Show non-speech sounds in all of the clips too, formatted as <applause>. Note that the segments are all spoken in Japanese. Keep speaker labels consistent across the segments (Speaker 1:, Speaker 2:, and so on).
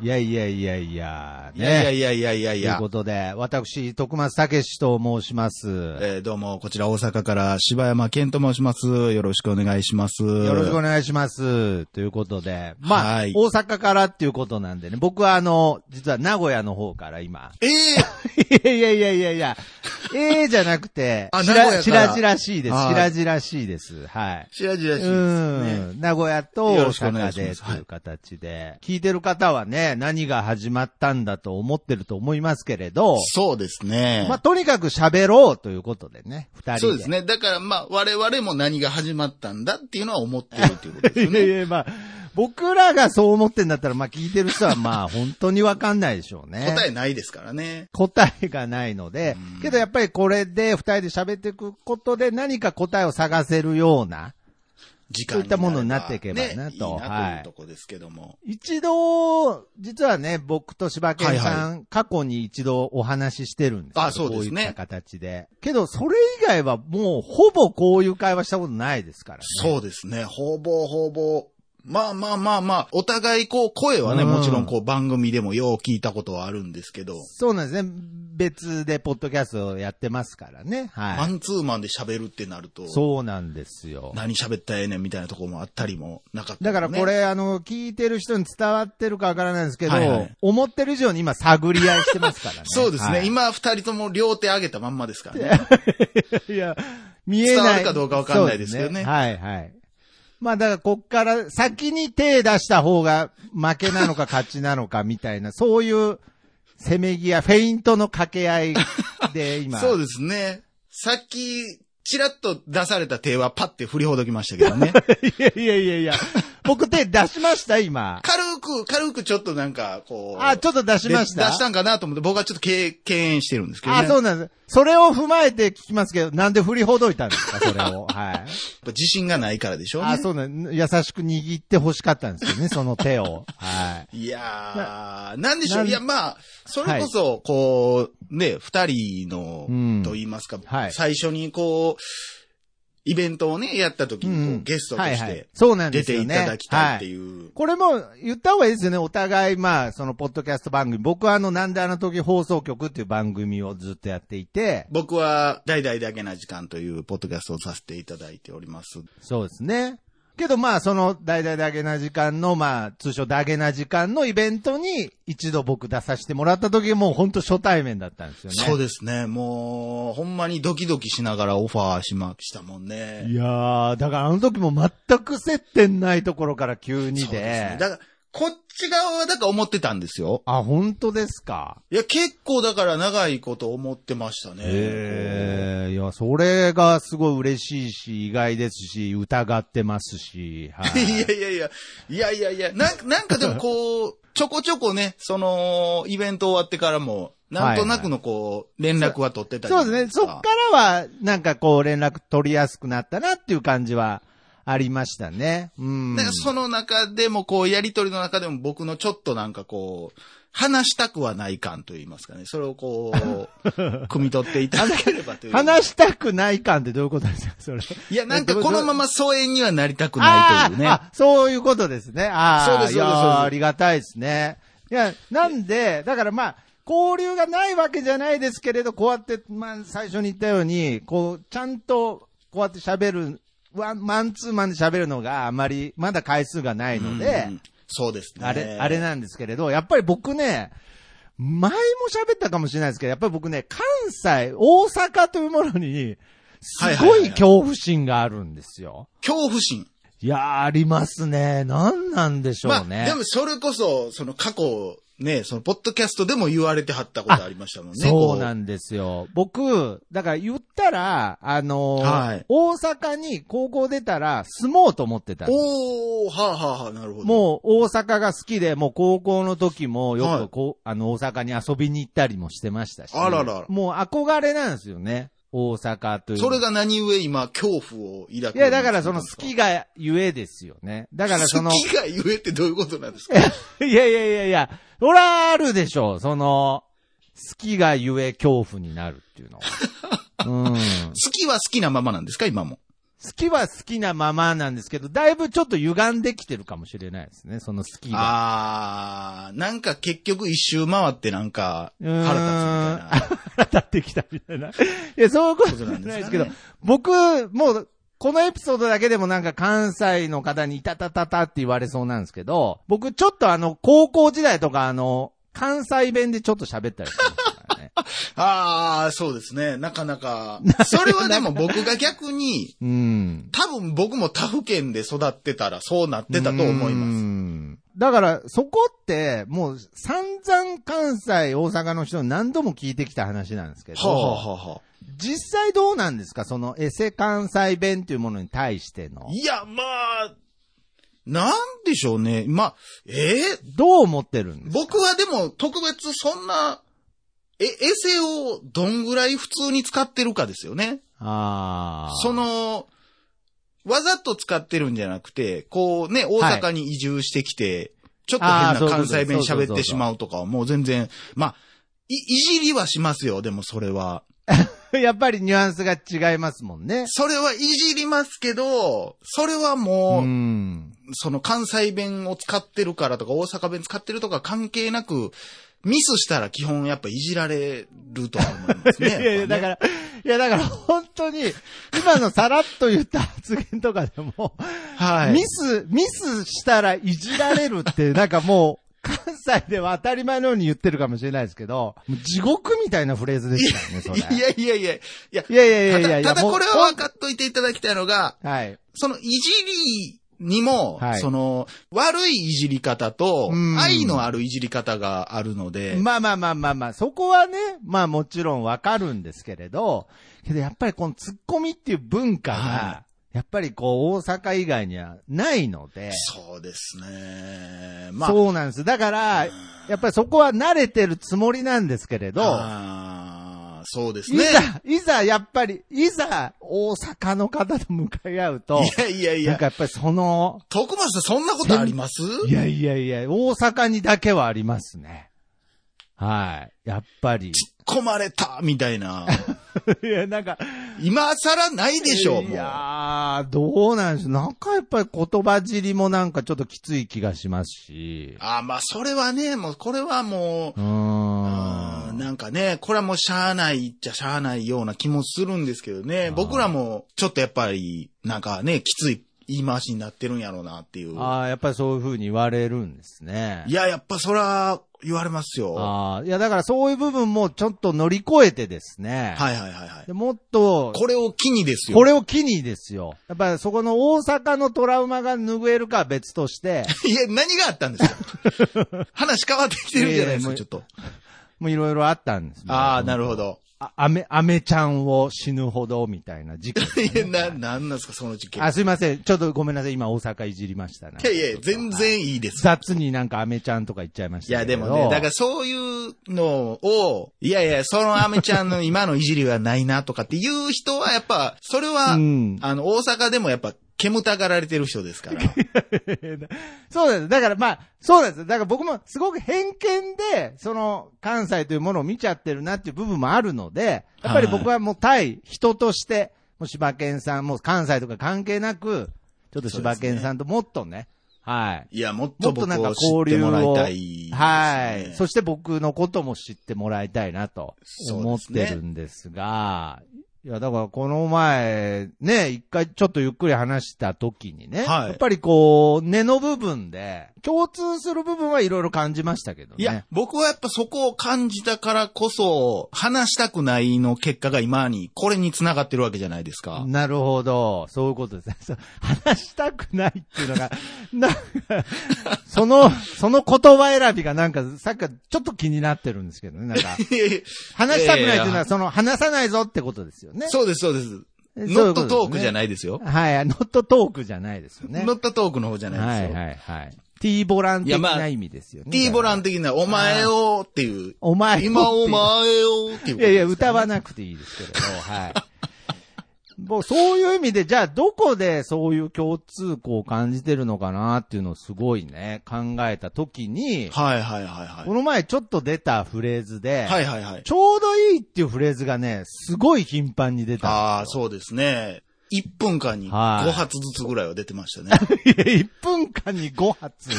Speaker 1: いやいやいやいや、
Speaker 2: いや
Speaker 1: ね。
Speaker 2: いやいやい
Speaker 1: と
Speaker 2: やいやい
Speaker 1: いう
Speaker 2: や
Speaker 1: こ。とで、私、徳松武史と申します。よ
Speaker 2: えーどうも、こちら大阪から柴山健と申します。よろしくお願いします。よ
Speaker 1: ろしくお願いします。ということで、まあ
Speaker 2: はい、
Speaker 1: 大阪からっていうことなんでね、僕はあの、実は名古屋の方から今。
Speaker 2: <laughs> ええ
Speaker 1: いやいやいやいやいや、ええじゃなくて、
Speaker 2: <laughs> あ
Speaker 1: し
Speaker 2: 名古屋から
Speaker 1: ら、しらじらしいです。
Speaker 2: はい
Speaker 1: しらじらしいです。はい。
Speaker 2: しらじらしいで
Speaker 1: う
Speaker 2: すね。
Speaker 1: ん。名古屋と
Speaker 2: よ
Speaker 1: 大
Speaker 2: ろしくお願い
Speaker 1: 阪
Speaker 2: し
Speaker 1: で
Speaker 2: ます
Speaker 1: という形で、聞いてる方はね、何が始まったんだと思ってると思いますけれど、
Speaker 2: そうですね。
Speaker 1: まあ、とにかく喋ろうということでね、二人で。
Speaker 2: そうですね。だから、まあ、我々も何が始まったんだっていうのは思ってるっていうことですよ
Speaker 1: いやい
Speaker 2: ね。
Speaker 1: や、まあ、僕らがそう思ってんだったら、まあ、聞いてる人は、
Speaker 2: <laughs>
Speaker 1: まあ、本当にわかんないでしょうね。
Speaker 2: 答えないですからね。
Speaker 1: 答えがないので、けどやっぱりこれで二人で喋っていくことで何か答えを探せるような、
Speaker 2: 時
Speaker 1: そう
Speaker 2: 間
Speaker 1: いったものになっていけばなと
Speaker 2: ねいいな
Speaker 1: は
Speaker 2: とい
Speaker 1: いう
Speaker 2: とこですけども。
Speaker 1: 一度、実はね、僕と柴犬さん、
Speaker 2: は
Speaker 1: 過去に一度お話ししてるんですよ
Speaker 2: あそうですね
Speaker 1: こういった形で。けど、それ以外はもうほぼこういう会話したことないですからね。
Speaker 2: そうですね。ほぼほぼ。まあまあまあまあ、お互いこう声はね、
Speaker 1: うん
Speaker 2: もちろんこう番組でもよう聞いたことはあるんですけど、
Speaker 1: そうなんですね。別でポッドキャストをやってますからね。
Speaker 2: マ
Speaker 1: はい。
Speaker 2: ンツーマンで喋るってなると、
Speaker 1: そうなんですよ。
Speaker 2: 何喋ったらええねんみたいなところもあったりもなかったり
Speaker 1: だ
Speaker 2: もね、
Speaker 1: からこれ、あの、聞いてる人に伝わってるかわからないですけど、
Speaker 2: はいはい
Speaker 1: 思ってる以上に今探り合いしてますからね。
Speaker 2: <laughs> そうですね。
Speaker 1: はい
Speaker 2: 今二人とも両手上げたまんまですからね。
Speaker 1: いや、見えない。
Speaker 2: 伝わるかどうかわかんないですけどね
Speaker 1: そうはいはい。まあだからこっから先に手出した方が負けなのか勝ちなのかみたいな、そういうせめぎ合い、フェイントの掛け合いで今。
Speaker 2: <laughs> そうですね。さっき、チラッと出された手はパッて振りほどきましたけ
Speaker 1: <laughs>
Speaker 2: どね。
Speaker 1: いやいやいやいや、僕手出しました今。
Speaker 2: 軽く、軽くちょっとなんか、こう。
Speaker 1: あ、ちょっと出しました。
Speaker 2: で出したんかなと思って、僕はちょっと敬敬遠してるんですけどね。
Speaker 1: あ、そうなんです。それを踏まえて聞きますけど、なんで振りほどいたん
Speaker 2: <laughs>
Speaker 1: ですか、それを。はい。
Speaker 2: やっぱ自信がないからでしょうね。
Speaker 1: あ、そうなん優しく握って欲しかったんですよね、その手を。
Speaker 2: <laughs>
Speaker 1: はい。
Speaker 2: いやー、なんでしょ
Speaker 1: な
Speaker 2: う。
Speaker 1: ん
Speaker 2: いや、まあ、それこそ、こう、ね、二人の、
Speaker 1: うん
Speaker 2: と言いますか、
Speaker 1: はい
Speaker 2: 最初にこう、イベントをね、やった時にこう、
Speaker 1: うん
Speaker 2: ゲストと
Speaker 1: はい
Speaker 2: し
Speaker 1: は
Speaker 2: て
Speaker 1: い。そうなん
Speaker 2: 出
Speaker 1: です
Speaker 2: て
Speaker 1: よね。
Speaker 2: いただきたいって
Speaker 1: は
Speaker 2: いう。
Speaker 1: これも言った方がいいですよね。お互い、まあ、そのポッドキャスト番組。僕はあの、なんであの時放送局っていう番組をずっとやっていて、
Speaker 2: 僕は、代々だけな時間というポッドキャストをさせていただいております。
Speaker 1: そうですね。けどまあ、その、だいだいだげな時間の、まあ、通称だげな時間のイベントに一度僕出させてもらった時もう本当初対面だったんですよね。
Speaker 2: そうですね。もう、ほんまにドキドキしながらオファーしま、したもんね。
Speaker 1: いやー、だからあの時も全く接点ないところから急に
Speaker 2: そう
Speaker 1: で。
Speaker 2: ですね。だから、こっち側はだから思ってたんですよ。
Speaker 1: あ、本当ですか。
Speaker 2: いや、結構だから長いこと思ってましたね。
Speaker 1: ええいや、それがすごい嬉しいし、意外ですし、疑ってますし、はい
Speaker 2: <laughs> やいやいや、いやいやいや、なんなんかでもこう、ちょこちょこね、その、イベント終わってからも、なんとなくのこう、連絡は取ってたり
Speaker 1: そうですね。そっからは、なんかこう、連絡取りやすくなったなっていう感じはありましたね。うん。
Speaker 2: なんかその中でも、こう、やりとりの中でも僕のちょっとなんかこう、話したくはない感と言いますかね。それをこう、汲み取っていただければという。
Speaker 1: 話したくない感ってどういうことですかそれ。
Speaker 2: いや、なんかこのまま疎遠にはなりたくな
Speaker 1: あ
Speaker 2: いというね。
Speaker 1: あ、あそういうことですね。ああ、
Speaker 2: そうです
Speaker 1: いやー
Speaker 2: そうですそうです
Speaker 1: ありがたいですね。いや、なんで、だからまあ、交流がないわけじゃないですけれど、こうやって、まあ、最初に言ったように、こう、ちゃんと、こうやって喋る、ワン、マンツーマンで喋るのがあまり、まだ回数がないので、
Speaker 2: うんそうですね。
Speaker 1: あれ、あれなんですけれど、やっぱり僕ね、前も喋ったかもしれないですけど、やっぱり僕ね、関西、大阪というものに、す
Speaker 2: はいは
Speaker 1: ご
Speaker 2: いはい
Speaker 1: い恐怖心があるんですよ。
Speaker 2: 恐怖心。
Speaker 1: いやー、ありますね。なんなんでしょうね。
Speaker 2: まあ、でもそれこそ、その過去、ね、その、ポッドキャストでも言われてはったことありましたもんね。
Speaker 1: そうなんんですよ。僕、だから言ったら、あのー
Speaker 2: はい
Speaker 1: 大阪に高校出たら住もうと思ってたんです。
Speaker 2: おー、はあ、はあはあ、なるほど。う、
Speaker 1: もう大阪が好きで、もう高校の時もよくこう、あの大阪に遊びに行ったりもしてましたし。
Speaker 2: あらら
Speaker 1: もう憧れなんですよね。大阪という。
Speaker 2: それ。が何故今、恐怖を抱く。
Speaker 1: いや、だからその好きがゆえですよね。だからその。
Speaker 2: 好きがゆえってどういうことなんですか
Speaker 1: いやいやいやいや、俺はあるでしょう、その、好きが
Speaker 2: <laughs>
Speaker 1: ゆえ恐怖になるっていうのは。うん。好
Speaker 2: 好きは好きなままなんですか今も。
Speaker 1: 好きは好きなままなんですけど、だいぶちょっと歪んできてるかもしれないですね、その好きが。
Speaker 2: あー、なんか結局一周回ってなんか
Speaker 1: う
Speaker 2: 腹
Speaker 1: ーん
Speaker 2: 立つみたいな
Speaker 1: 腹立ってきたみたいな。いや、そういうこ
Speaker 2: ことと
Speaker 1: じ
Speaker 2: な
Speaker 1: ゃ
Speaker 2: ん
Speaker 1: ないで
Speaker 2: で
Speaker 1: すす
Speaker 2: か
Speaker 1: けど
Speaker 2: ね。、
Speaker 1: 僕、もう、このエピソードだけでもなんか関西の方にいたたたたって言われそうなんですけど、僕ちょっとあの、高校時代とかあの、関西弁でちょっと喋ったりしてましたから
Speaker 2: <laughs>
Speaker 1: ね。
Speaker 2: あー、そうですね。なかなか。 <laughs> それはでも僕が逆に、
Speaker 1: うん。
Speaker 2: 多分僕も他府県で育ってたらそうなってたと思います。
Speaker 1: す。だから、そこって、もう散々関西、大阪の人に何度も聞いてきた話なんですけど、
Speaker 2: はあ、はあはあはあ
Speaker 1: 実際どうなんですかそのエセ関西弁というものに対しての。
Speaker 2: いや、まあ、なんでしょうね。まあ、ええ
Speaker 1: どう思ってるんですか
Speaker 2: 僕はでも特別そんな、え、エセをどんぐらい普通に使ってるかですよね。
Speaker 1: ああ。
Speaker 2: そ、の、わざと使ってるんじゃなくて、こうね、大阪に移住してきて、ちょっと
Speaker 1: あーそうい
Speaker 2: 変な
Speaker 1: うこと
Speaker 2: 関
Speaker 1: そ
Speaker 2: 西弁
Speaker 1: うそうそう
Speaker 2: 喋
Speaker 1: そ
Speaker 2: っ
Speaker 1: う
Speaker 2: てしまうとかはもう全然、まあ、い、いじりはしますよ、でもそれは。
Speaker 1: <laughs> やっぱりニュアンスが違いますもんね。
Speaker 2: それはいじりますけど、それは
Speaker 1: う
Speaker 2: もう、
Speaker 1: ん。
Speaker 2: その関西弁を使ってるからとか、大阪弁使ってるとか関係なく、ミスしたら基本やっぱいじられるとは思います
Speaker 1: い <laughs>
Speaker 2: ね。。
Speaker 1: やいや、だからら、いやだから本当に、今のさらっと言った発言とかでも、
Speaker 2: はい。
Speaker 1: ミス、ミスしたらいじられるって、なんかもう、関西では当たり前のように言ってるかもしれないですけど、もう地獄みたいなフレーズでしたよね、それ。
Speaker 2: いやいやいやいや。
Speaker 1: いやいやいやいやいや
Speaker 2: ただただ
Speaker 1: もう
Speaker 2: これは分かっといていただきたいのが、
Speaker 1: はい。
Speaker 2: そのいじりにも、
Speaker 1: はい
Speaker 2: その、悪いいじり方と
Speaker 1: う、ん
Speaker 2: 愛のあるいじり方があるので、
Speaker 1: まあまあまあまあまあ、そこはね、まあもちろんわかるんですけれど、けどやっぱりこのツッコミっていう文化
Speaker 2: は
Speaker 1: が、やっぱりこう大阪以外にはないので、
Speaker 2: そうですね。まあ、
Speaker 1: そうなんです。だから、やっぱりそこは慣れてるつもりなんですけれど、
Speaker 2: あーそうです
Speaker 1: い
Speaker 2: ね。
Speaker 1: ざ、いざやっぱり、いざ大阪の方と向かい合うと、
Speaker 2: いやいやい
Speaker 1: なん
Speaker 2: や
Speaker 1: か。やっぱりその、
Speaker 2: 徳松さん、そんなことあります
Speaker 1: いやいやいや、大阪にだけはありますね。はい。やっぱ
Speaker 2: <laughs>
Speaker 1: り。
Speaker 2: 込まれたみた
Speaker 1: <laughs>
Speaker 2: いな。
Speaker 1: いや、なんか、
Speaker 2: 今更ないでしょう、も。
Speaker 1: いうやー、どうなんでしょう。なんかやっぱり言葉尻もなんかちょっときつい気がしますし。
Speaker 2: あーまあ、それはね、もう、これはも
Speaker 1: う
Speaker 2: う、
Speaker 1: ー
Speaker 2: うん
Speaker 1: ん。
Speaker 2: なんかね、これはもうしゃあないっちゃしゃあないような気もするんですけどね、
Speaker 1: あー
Speaker 2: 僕らもちょっとやっぱり、なんかね、きつい言い回しになってるんやろうなっていう。
Speaker 1: ああ、やっぱりそういう風に言われるんですね。
Speaker 2: いや、やっぱそら、言われますよ。は
Speaker 1: ああ、いや、だからそういう部分もちょっと乗り越えてです
Speaker 2: い
Speaker 1: ね。
Speaker 2: はいはいはい
Speaker 1: で。もっと、
Speaker 2: これを機にですよ。
Speaker 1: これを機にですよ。やっぱりそこの大阪のトラウマが拭えるかは別と
Speaker 2: <laughs>
Speaker 1: して、
Speaker 2: いや、何があったんです <laughs> か話変わってきてるじゃないですか、
Speaker 1: いやい
Speaker 2: ちょ
Speaker 1: や
Speaker 2: っと。
Speaker 1: もういろいろあったんですね
Speaker 2: ああ、なるほ。ど。
Speaker 1: あ、アメ、アメちゃんを死ぬほどみたいな事件、
Speaker 2: いや、な、なんなんですか、その事件。
Speaker 1: あ、すいません。ちょっとごめんなさい。今大阪いじりましたね。
Speaker 2: いやいや、全
Speaker 1: はい。
Speaker 2: 然いいです。
Speaker 1: 雑になんかアメちゃんとか言っちゃいまし
Speaker 2: い
Speaker 1: た
Speaker 2: や、
Speaker 1: けれ
Speaker 2: で
Speaker 1: ど。
Speaker 2: もね、だからそういうのを、いやいや、そのアメちゃんの今のいじりはないなとかっていう人は、やっぱ、それは、
Speaker 1: うん。 <laughs>
Speaker 2: あの、大阪でもやっぱ、煙たがられてる人です <laughs> から。
Speaker 1: そうです。だからまあ、そうです。だから僕もすごく偏見で、その関西というものを見ちゃってるなっていう部分もあるので、やっぱり僕はもう対人として、もう柴犬さん、もう関西とか関係なく、ちょっと柴犬さんともっとね、はい。
Speaker 2: いや、もっ
Speaker 1: も
Speaker 2: と
Speaker 1: っ
Speaker 2: 僕
Speaker 1: となん
Speaker 2: を
Speaker 1: か
Speaker 2: 知っ
Speaker 1: 交
Speaker 2: て
Speaker 1: 流
Speaker 2: もらい
Speaker 1: を、
Speaker 2: たい、
Speaker 1: はい。そ
Speaker 2: そ
Speaker 1: して僕のことも知ってもらいたいなと
Speaker 2: そう
Speaker 1: 思っ
Speaker 2: ですね
Speaker 1: てるんですが、いや、だからこの前、ね、一回ちょっとゆっくり話した時にね、
Speaker 2: はい
Speaker 1: やっぱりこう、根の部分で、共通する部分はいろいろ感じましたけどね。
Speaker 2: いや、僕はやっぱそこを感じたからこそ、話したくないの結果が今に、これに繋がってるわけじゃないですか。
Speaker 1: なるほど。そういうことですね。 <laughs> そう話したくないっていうのが、 <laughs> なんか、その、その言葉選びがなんか、さっきからちょっと気になってるんですけどね。なんか、
Speaker 2: いやいや
Speaker 1: 話したくないっていう
Speaker 2: い
Speaker 1: の
Speaker 2: やいや
Speaker 1: は、その、話さないぞってことですよね。
Speaker 2: <laughs> そうです、そうです。
Speaker 1: そうい
Speaker 2: ノ
Speaker 1: う
Speaker 2: ッ
Speaker 1: こ
Speaker 2: ト
Speaker 1: と
Speaker 2: トークじゃ
Speaker 1: い
Speaker 2: ないですよ。
Speaker 1: ですね。はい、ノットトークじゃないですよね。
Speaker 2: ノットトークの方じゃないです
Speaker 1: は
Speaker 2: よ。
Speaker 1: いはいはい。T ボラン的
Speaker 2: いやま
Speaker 1: な
Speaker 2: あ
Speaker 1: 意味ですよね。
Speaker 2: T ボラン
Speaker 1: 的。
Speaker 2: 的な、お前をっていう。
Speaker 1: お前。
Speaker 2: 今お。前をっていうことですか
Speaker 1: い
Speaker 2: ね。
Speaker 1: やいや、歌わなくていいですけれど、
Speaker 2: <laughs>
Speaker 1: はい。もうそういう意味で、じゃあどこでそういう共通項を感じてるのかなっていうのをすごいね、考えたときに、
Speaker 2: はいはいはいはい
Speaker 1: こ。の前ちょっと出たフレーズで、
Speaker 2: はいはいはい。
Speaker 1: ちょうどいいっていうフレーズがね、すごい頻繁に出たんですよ。
Speaker 2: ああ、そうですね。 1分間に
Speaker 1: はい
Speaker 2: 5発ずつぐらいは出てましたね。
Speaker 1: いや、1分間に5発。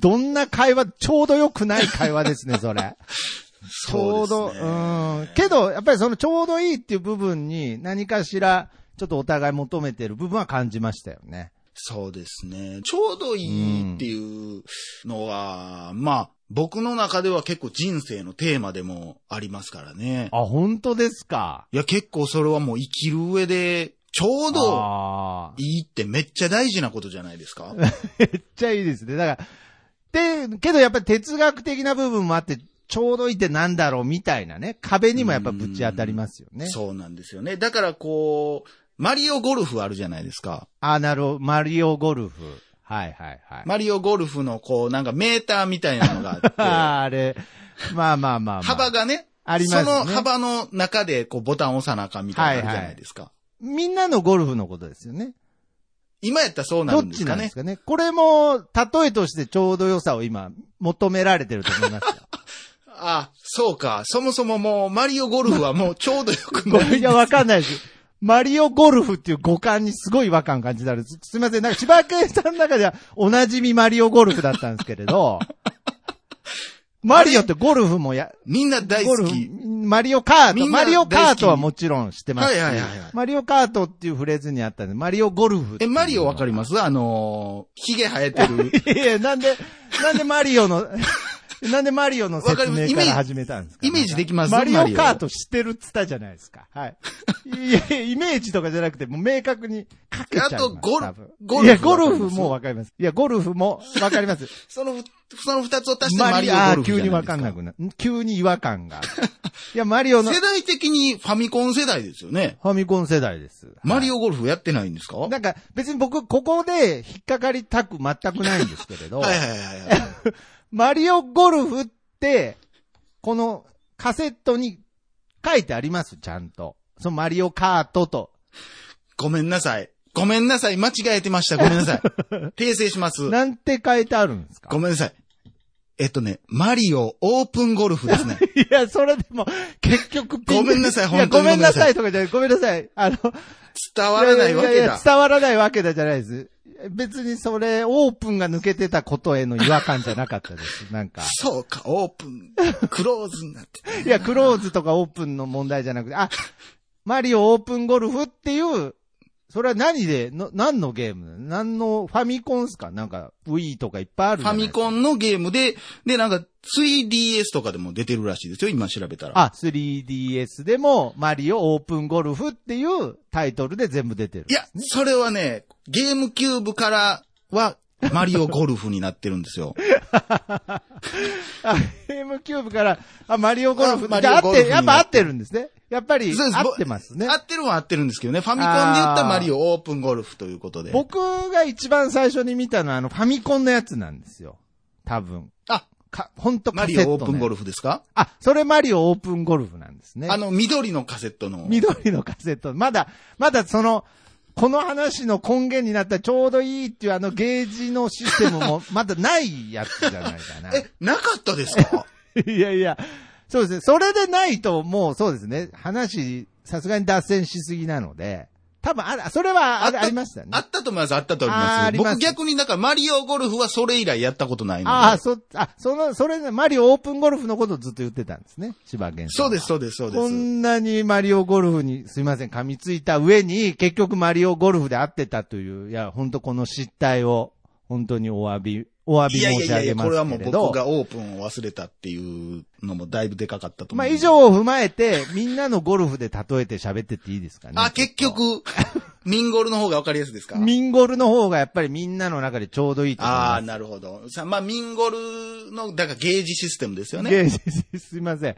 Speaker 1: どんな会話、ちょうど良くない会話ですね、それ。 <laughs> ちょうど、
Speaker 2: そう
Speaker 1: う
Speaker 2: ですね
Speaker 1: ん。けど、やっぱりそのちょうどいいっていう部分に何かしら、ちょっとお互い求めてる部分は感じましたよね。
Speaker 2: そうですね。ちょうどいいっていうのは、まあ、僕の中では結構人生のテーマでもありますからね。
Speaker 1: あ、本当ですか。
Speaker 2: いや、結構それはもう生きる上で、ちょうど
Speaker 1: ああ。
Speaker 2: いいってめっちゃ大事なことじゃないですか。
Speaker 1: めっちゃいいですね。だから、で、けどやっぱり哲学的な部分もあって、ちょうどいいってなんだろうみたいなね。壁にもやっぱぶち当たりますよね。
Speaker 2: そうなんですよね。だからこう、マリオゴルフあるじゃないですか。
Speaker 1: あ、なるほど。マリオゴルフ。はいはいはい。
Speaker 2: マリオゴルフのこう、なんかメーターみたいなのがあっ
Speaker 1: <laughs> ああれ、まあまあまあ、まあ。
Speaker 2: て、幅がね、
Speaker 1: ありますね
Speaker 2: その幅の中でこうボタン押さなあかんみたいなのあるじゃないですか。
Speaker 1: みんなのゴルフのことですよね。
Speaker 2: 今やったらそうな
Speaker 1: ど
Speaker 2: る
Speaker 1: っ
Speaker 2: んで
Speaker 1: ち
Speaker 2: す
Speaker 1: な
Speaker 2: か
Speaker 1: んで
Speaker 2: ね
Speaker 1: す。かね。これも、例えとしてちょうど良さを今、求められてると思います
Speaker 2: <laughs>
Speaker 1: よ。
Speaker 2: あ、そうか。そもそももう、マリオゴルフはもうちょうどよくない
Speaker 1: いや、わかんないです。マリオゴルフっていう五感にすごい違和感感じたんです。すみません。なんか千葉県さんの中ではおなじみマリオゴルフだったんですけれ
Speaker 2: <laughs>
Speaker 1: ど、マリオってゴルフもや、
Speaker 2: みんな大
Speaker 1: ゴ
Speaker 2: 好
Speaker 1: ルフ
Speaker 2: き。、
Speaker 1: マリオカー
Speaker 2: み
Speaker 1: ト、
Speaker 2: ん
Speaker 1: マ
Speaker 2: な大好き
Speaker 1: リオカートはもちろん知ってますし。
Speaker 2: はいはいはいはい
Speaker 1: マリオカートっていうフレーズにあったんで、マリオゴルフって
Speaker 2: え、
Speaker 1: いうの
Speaker 2: マリオわかりますあのー、ヒゲ生え
Speaker 1: <laughs>
Speaker 2: てる。
Speaker 1: いやいや、なんで、なんでマリオの、 <laughs> なんでマリオの説
Speaker 2: わかりますイ
Speaker 1: 明
Speaker 2: メ
Speaker 1: か
Speaker 2: ージ
Speaker 1: ら始めたんですか
Speaker 2: イメージできます
Speaker 1: マリオ
Speaker 2: マリオ
Speaker 1: カート知ってるっつったじゃないですか。
Speaker 2: <laughs>
Speaker 1: はい。いやいや、イメージとかじゃなくて、もう明確にかけちゃいます。
Speaker 2: あとゴル
Speaker 1: 多分
Speaker 2: ゴルフ
Speaker 1: いや、ゴル
Speaker 2: わかり
Speaker 1: フ
Speaker 2: ます
Speaker 1: もわかります。いや、ゴルフもわかり
Speaker 2: <laughs>
Speaker 1: ます。
Speaker 2: その、その二つを足してマリオゴルフじゃないですか。
Speaker 1: あー急にわかんなくなる。急に違和感が。いや、マリオの、
Speaker 2: <laughs> 世
Speaker 1: フ
Speaker 2: 代的にファミコン世代ですよね。
Speaker 1: ァミコン世代です。
Speaker 2: マリ
Speaker 1: オ
Speaker 2: オゴルフやってないんですかはい
Speaker 1: なんか、別に僕、ここで引っかかりたく全くないんですけれど。
Speaker 2: <laughs> はいはいはい。
Speaker 1: マリオゴルフって、このカセットに書いてあります、ちゃんと。そのマリオカートと。
Speaker 2: ごめんなさい。ごめんなさい。間違えてました。ごめん
Speaker 1: <laughs>
Speaker 2: なさい。訂正します。
Speaker 1: なんて書いてあるんですか
Speaker 2: ごめんなさい。えっとね、マリオオープンゴルフですね。
Speaker 1: <laughs> いや、それでも、結局ピン
Speaker 2: ごめんなさい
Speaker 1: いや、
Speaker 2: 本当
Speaker 1: ご
Speaker 2: にご
Speaker 1: め
Speaker 2: め
Speaker 1: ん
Speaker 2: ん
Speaker 1: な
Speaker 2: なさ
Speaker 1: さい
Speaker 2: い
Speaker 1: とかじゃない、ごめんなさい。あの、
Speaker 2: 伝わらないわ
Speaker 1: いや
Speaker 2: け
Speaker 1: いや
Speaker 2: だ。
Speaker 1: 伝わらないわけだじゃないです。別にそれ、オープンが抜けてたことへの違和感じゃなかったです。なんか。
Speaker 2: そうか、オープン、クローズになっ
Speaker 1: <laughs>
Speaker 2: て。
Speaker 1: いや、クローズとかオープンの問題じゃなくて、あ、マリオオープンゴルフっていう、それは何で、の、何のゲーム何のファミコンっすかなんか、Wii とかいっぱいある
Speaker 2: フ
Speaker 1: じゃ
Speaker 2: ァ
Speaker 1: ないです
Speaker 2: ミ
Speaker 1: か
Speaker 2: コンのゲームで、で、なんか 3DS とかでも出てるらしいですよ、今調べたら。
Speaker 1: あ、3DS でも、マリオオープンゴルフっていうタイトルで全部出てる。
Speaker 2: いや、それはね、ゲームキューブからは、マリオゴルフになってるんですよ。
Speaker 1: あ、ゲームキューブから、あ、マリオゴルフ。
Speaker 2: あマ
Speaker 1: じ
Speaker 2: リ
Speaker 1: ゃあ合
Speaker 2: オゴ
Speaker 1: っ
Speaker 2: ルフ
Speaker 1: て、やっぱ合ってるんですね。やっぱり、
Speaker 2: そうです
Speaker 1: 合ってますね
Speaker 2: 合。ってるは合ってるんですけどね、ファミコンで言ったマリオオープンゴルフということで。
Speaker 1: 僕が一番最初に見たのは、あの、ファミコンのやつなんですよ。多分。
Speaker 2: あ、
Speaker 1: か、ほんと
Speaker 2: マ
Speaker 1: カセ
Speaker 2: リ
Speaker 1: ット
Speaker 2: オ
Speaker 1: の
Speaker 2: オープンゴルフですか
Speaker 1: あ、それマリオオープンゴルフなんですね。
Speaker 2: あの、緑のカセットの。
Speaker 1: 緑のカセット。まだ、まだその、この話の根源になったちょうどいいっていうあのゲージのシステムも <laughs> まだないやつじゃないかな。
Speaker 2: え、なかったですか
Speaker 1: いやいや、そうですね。それでないともうそうですね。話、さすがに脱線しすぎなので、多分あれ、それはあれあ
Speaker 2: あった
Speaker 1: りましたね。
Speaker 2: あったと思います、あったと思い
Speaker 1: あーあ
Speaker 2: ます。
Speaker 1: ります
Speaker 2: 僕逆に、だからマリオゴルフはそれ以来やったことないので。
Speaker 1: ああ、そ、あ、その、それね、マリオオープンゴルフのことをずっと言ってたんですね。柴原さん
Speaker 2: そう
Speaker 1: は
Speaker 2: です、そうです、そうで
Speaker 1: こ
Speaker 2: す。
Speaker 1: んなにマリオゴルフに、すいません、噛みついた上に、結局マリオゴルフで会ってたという、いや、本当この失態を、本当にお詫び、お詫び
Speaker 2: いやい
Speaker 1: 申
Speaker 2: やい
Speaker 1: し
Speaker 2: や
Speaker 1: 上
Speaker 2: い
Speaker 1: げ
Speaker 2: や、
Speaker 1: ま
Speaker 2: こ
Speaker 1: す
Speaker 2: れはも
Speaker 1: け
Speaker 2: う
Speaker 1: れ
Speaker 2: 僕
Speaker 1: ど。
Speaker 2: がオープンを忘れたっていうのもだいぶでかかったと思う。
Speaker 1: まあ、以。上を踏まえて、みんなのゴルフで例えて喋ってっていいですかね。
Speaker 2: あ、結局、ミンゴルの方がわかりやすいですか
Speaker 1: ミンゴルの方がやっぱりみんなの中でちょうどいいと思い
Speaker 2: ああ、
Speaker 1: ます。
Speaker 2: なるほど。さまあ、ミンゴルの、だからゲージシステムですよね。
Speaker 1: ゲージシスすいません。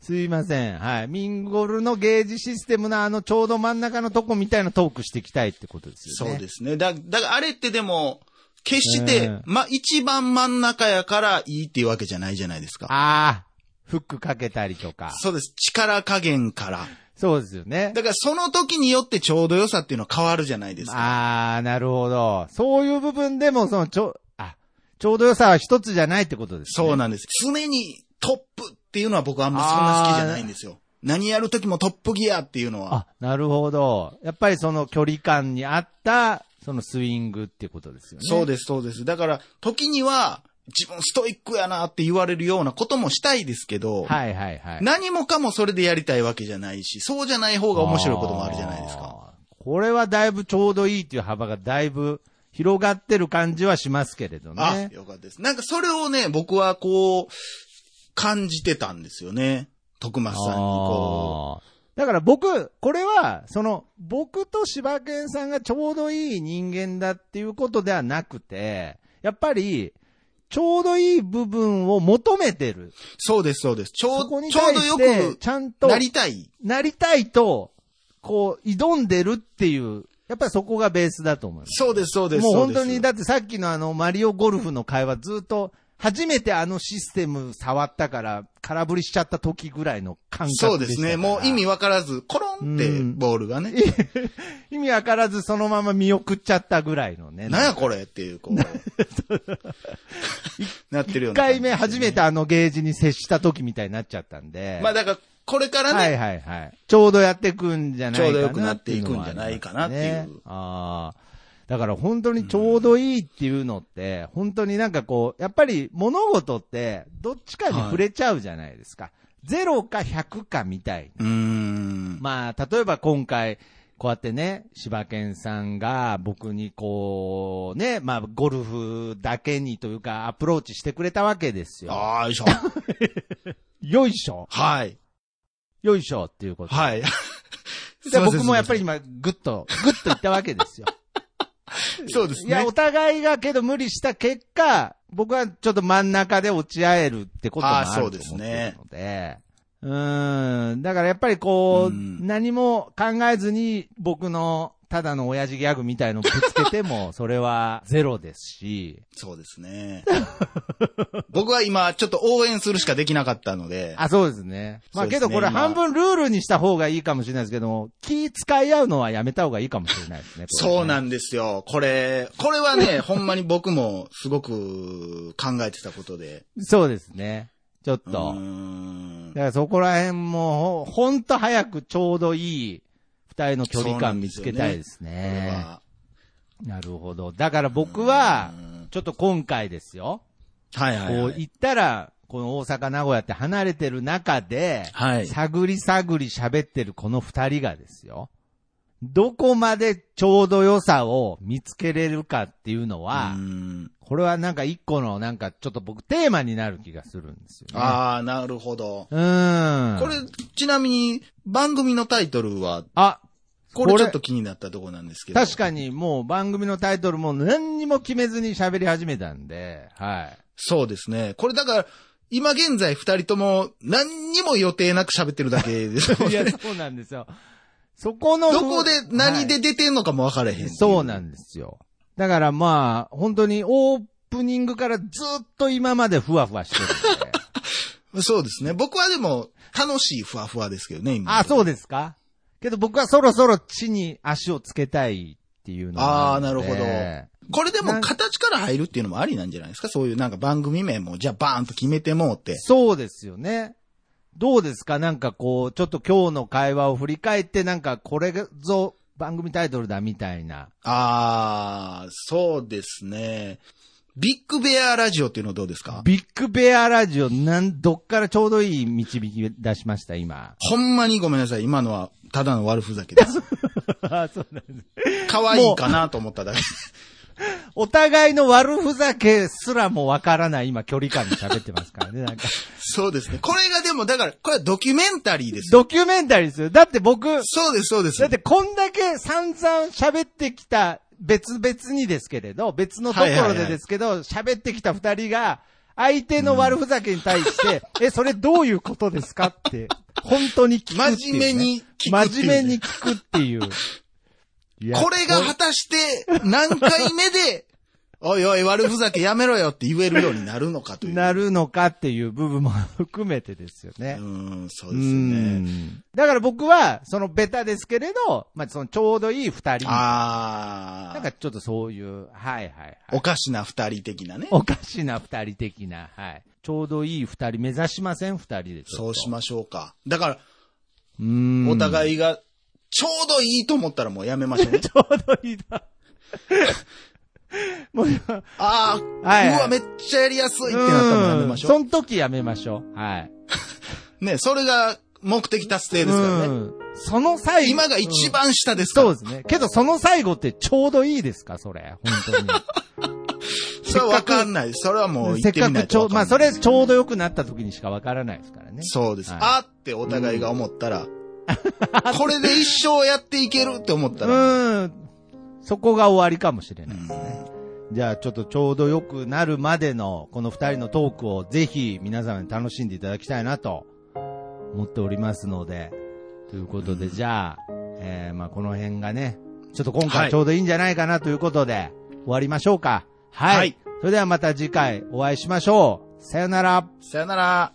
Speaker 1: すいません。はい。ミンゴルのゲージシステムのあのちょうど真ん中のとこみたいなトークしていきたいってことですよ
Speaker 2: そ
Speaker 1: ね。
Speaker 2: うですね。だ、だからあれってでも、決して、
Speaker 1: うん
Speaker 2: まあ、一番真ん中やからいいっていうわけじゃないじゃないですか。
Speaker 1: ああ、フックかけたりとか。
Speaker 2: そうです。力加減から。
Speaker 1: そうですよね。
Speaker 2: だからその時によってちょうど良さっていうのは変わるじゃないですか。
Speaker 1: ああ、なるほど。そういう部分でも、その、ちょ、あ、ちょうど良さは一つじゃないってことですね。
Speaker 2: そう
Speaker 1: な
Speaker 2: なんです。常にトップっていうのは僕はあんまそんな好きじゃないんですよ。何やるときもトップギアっていうのは、
Speaker 1: あ、なるほど。やっぱりその距離感に合った、そのスイングっていうことですよね。
Speaker 2: そうです、そうです。だから、時には、自分ストイックやなって言われるようなこともしたいですけど、
Speaker 1: はいはいはい。
Speaker 2: 何もかもそれでやりたいわけじゃないし、そうじゃない方が面白いこともあるじゃないですか。
Speaker 1: あー。これはだいぶちょうどいいっていう幅がだいぶ広がってる感じはしますけれど
Speaker 2: あ、
Speaker 1: ね。
Speaker 2: よかったです。なんかそれをね、僕はこう、感じてたんですよね。徳松さんにこ
Speaker 1: あーだから僕、これは、その、僕と柴犬さんがちょうどいい人間だっていうことではなくて、やっぱり、ちょうどいい部分を求めてる。
Speaker 2: う。そうです、そうです。ちょ
Speaker 1: そこ
Speaker 2: う、
Speaker 1: に
Speaker 2: ちょう
Speaker 1: 対
Speaker 2: どよ
Speaker 1: して、
Speaker 2: く
Speaker 1: ちゃんと
Speaker 2: なりたい。
Speaker 1: なりたいと、こう、挑んでるっていう、やっぱりそこがベースだと思います。
Speaker 2: そうです、そうです。
Speaker 1: もう
Speaker 2: そう
Speaker 1: 本
Speaker 2: です
Speaker 1: 当に、だってさっきのあの、マリオゴルフの会話ずっと、初めてあのシステム触ったから、空振りしちゃった時ぐらいの感覚でした
Speaker 2: そうですね。もう意味
Speaker 1: は。
Speaker 2: わからず、コロンって
Speaker 1: うん
Speaker 2: ボールがね、
Speaker 1: 意味わからずそのまま見送っちゃったぐらいのね。
Speaker 2: なんやこれってい
Speaker 1: <laughs>
Speaker 2: う、こう、なってるよ
Speaker 1: 一
Speaker 2: うな感
Speaker 1: 回
Speaker 2: じですね。
Speaker 1: 目初めてあのゲージに接した時みたいになっちゃったんで。
Speaker 2: まあだから、これからね、
Speaker 1: はいはいはい。ちょうどやっていくんじゃないかな。
Speaker 2: ちょうど良くなっていくんじゃないかなっていう
Speaker 1: ああ。だから本当にちょうどいいっていうのって、本当になんかこう、やっぱり物事って、どっちかに触れちゃうじゃないですか。ゼロか100かみたいな
Speaker 2: うーん。
Speaker 1: まあ、例えば今回、こうやってね、柴犬さんが僕にこう、ね、まあ、ゴルフだけにというか、アプローチしてくれたわけですよ。
Speaker 2: ああ、よ
Speaker 1: <laughs>
Speaker 2: いしょ。
Speaker 1: よいしょ
Speaker 2: はい。
Speaker 1: よいしょっていうこと。 <laughs>
Speaker 2: はい。
Speaker 1: で僕もやっぱり
Speaker 2: すいま
Speaker 1: 今、ぐっと、ぐっと言ったわけですよ。
Speaker 2: せん、そうです
Speaker 1: いや、
Speaker 2: ね
Speaker 1: お。互いがけど無理した結果、僕はちょっと真ん中で落ち合えるってこともあると思ってるの
Speaker 2: あー
Speaker 1: で。うーん。だからやっぱりこう、
Speaker 2: うん
Speaker 1: 何も考えずに僕のただの親父ギャグみたいのぶつけても、
Speaker 2: <laughs>
Speaker 1: それはゼロですし。
Speaker 2: そうですね。僕は今、ちょっと応援するしかできなかったので、
Speaker 1: <laughs> あ、そうですね。まあ
Speaker 2: そうで
Speaker 1: け
Speaker 2: すね
Speaker 1: どこれ
Speaker 2: 今
Speaker 1: 半分ルールにした方がいいかもしれないですけども、気使い合うのはやめた方がいいかもしれないですね。これね
Speaker 2: そうなんですよ。これ、これ
Speaker 1: <laughs>
Speaker 2: はね、ほんまに僕もすごく考えてたことで。
Speaker 1: そうですね。ちょっ
Speaker 2: う
Speaker 1: と。
Speaker 2: ーん
Speaker 1: だからそこら辺も、ほほんと早くちょうどいい二人の距離感見つけたいです
Speaker 2: これ
Speaker 1: ね。
Speaker 2: は
Speaker 1: なるほど。だから僕は
Speaker 2: うん、
Speaker 1: ちょっと今回ですよ。
Speaker 2: はいはい、
Speaker 1: こ
Speaker 2: は
Speaker 1: う
Speaker 2: い。
Speaker 1: 行ったら、この大阪、名古屋って離れてる中で、
Speaker 2: はい。
Speaker 1: 探り探り喋ってるこの二人がですよ。どこまでちょうど良さを見つけれるかっていうのは
Speaker 2: う、ん
Speaker 1: これはなんか一個のなんかちょっと僕テーマになる気がするんですよね。
Speaker 2: ああ、なるほど。
Speaker 1: うーん。
Speaker 2: これ、ちなみに、番組のタイトルは、
Speaker 1: あ、
Speaker 2: これちょっと気になったところなんですけど。
Speaker 1: 確かにもう番組のタイトルも何にも決めずに喋り始めたんで、はい。
Speaker 2: そうですね。これだから、今現在二人とも何にも予定なく喋ってるだけですよ
Speaker 1: いや、
Speaker 2: ね。
Speaker 1: そうなんですよ。そこの。
Speaker 2: <laughs> どこで何で
Speaker 1: は
Speaker 2: 出てんのかも分かれへん、
Speaker 1: いそう
Speaker 2: の。
Speaker 1: なんですよ。だからまあ、本当にオープニングからずっと今までふわふわしてるん
Speaker 2: <laughs>
Speaker 1: で。
Speaker 2: そうですね。僕はでも、楽しいふわふわですけどね、今。
Speaker 1: あ、そうですかけど僕はそろそろ地に足をつけたいっていうのがるので
Speaker 2: あーなこれでも形から入るっていうのもありなんじゃないですかそういうなんか番組名も、じゃあバーンと決めてもうって。
Speaker 1: そうですよね。どうですかなんかこう、ちょっと今日の会話を振り返って、なんかこれぞ番組タイトルだみたいな。
Speaker 2: あー、そうですね。ビッグベアラジオっていうのどうですか
Speaker 1: ビッグベアラジオ、なん、どっからちょうどいい導き出しました、今。
Speaker 2: ほんまにごめんなさい。今のは、ただの悪ふざ
Speaker 1: <laughs>
Speaker 2: けです。
Speaker 1: あそうなんです。
Speaker 2: 可愛いかなと思っただけ。
Speaker 1: お互いの悪ふざけすらもわからない、今、距離感で喋ってますからね、なんか。
Speaker 2: そうですね。これがでも、だから、これはドキュメンタリーですよ。
Speaker 1: ドキュメンタリーですよ。だって僕、だ
Speaker 2: そうです、そうです。
Speaker 1: ってこんだけ散々喋ってきた、別々にですけれど、別のとこ
Speaker 2: はい
Speaker 1: ろ
Speaker 2: はいは
Speaker 1: で
Speaker 2: い
Speaker 1: ですけど、喋ってきた二人が、相手の悪ふざけに対
Speaker 2: <laughs>
Speaker 1: して、え、それどういうことですかって、本当に聞くっていう、ね。
Speaker 2: 真面目に聞くってい
Speaker 1: 真
Speaker 2: うね
Speaker 1: 面目に聞くって
Speaker 2: <laughs>
Speaker 1: いう。いや
Speaker 2: これが果たして、何回目で、 <laughs> おいおい、悪ふざけやめろよって言えるようになるのかという。
Speaker 1: なるのかっていう部分も含めてですよね
Speaker 2: う。ん、そう
Speaker 1: う
Speaker 2: ですよね。
Speaker 1: んだから僕は、そのベタですけれど、まあ、そのちょうどいい二人。な
Speaker 2: あー
Speaker 1: んかちょっとそういう、はいはいはい。
Speaker 2: おかしな二人的 <laughs> なね。
Speaker 1: おかしな二人的な、はい。ちょうどいい二人目指しません二人でちょっと。
Speaker 2: そうしましょうか。だから、
Speaker 1: うん
Speaker 2: お
Speaker 1: い。
Speaker 2: 互いが、ちょうどいいと思ったらもうやめましょう
Speaker 1: <laughs> 。
Speaker 2: ね
Speaker 1: ちょうどいい
Speaker 2: <laughs>
Speaker 1: な。もう、
Speaker 2: ああ、
Speaker 1: はいう
Speaker 2: わ、めっちゃやりやすいってなったらもうやめましょ
Speaker 1: んその時やめましょう。はい。
Speaker 2: う。ね、それが目的達成ですからね。
Speaker 1: うんその最後。
Speaker 2: 今が一番下ですから
Speaker 1: そう。ですね。けど、その最後ってちょうどいいですかそれ。本
Speaker 2: それはわかんない。それは <laughs> も
Speaker 1: 当
Speaker 2: う
Speaker 1: に。
Speaker 2: 言
Speaker 1: せ
Speaker 2: っ
Speaker 1: って
Speaker 2: み
Speaker 1: か
Speaker 2: な
Speaker 1: く
Speaker 2: い
Speaker 1: ち
Speaker 2: と
Speaker 1: ょ
Speaker 2: わ
Speaker 1: う、
Speaker 2: かんな
Speaker 1: まあ、
Speaker 2: い。
Speaker 1: それちょうど良くなった時にしかわからないですからね。
Speaker 2: そうです。
Speaker 1: はい
Speaker 2: あーってお互いが思ったら、これで一生やっていけるって思ったら、
Speaker 1: うん。そこが終わりかもしれ
Speaker 2: う
Speaker 1: ない。
Speaker 2: ん
Speaker 1: じゃあ、ちょっとちょうど良くなるまでの、この二人のトークをぜひ皆様に楽しんでいただきたいなと思っておりますので。ということで、じゃあ、えー、まあ、この辺がね、ちょっと今
Speaker 2: は
Speaker 1: 回
Speaker 2: い
Speaker 1: ちょうどいいんじゃないかなということで、終わりましょうか。はい。
Speaker 2: はい
Speaker 1: それではまた次回お会いしましょう。さよなら。
Speaker 2: さよなら。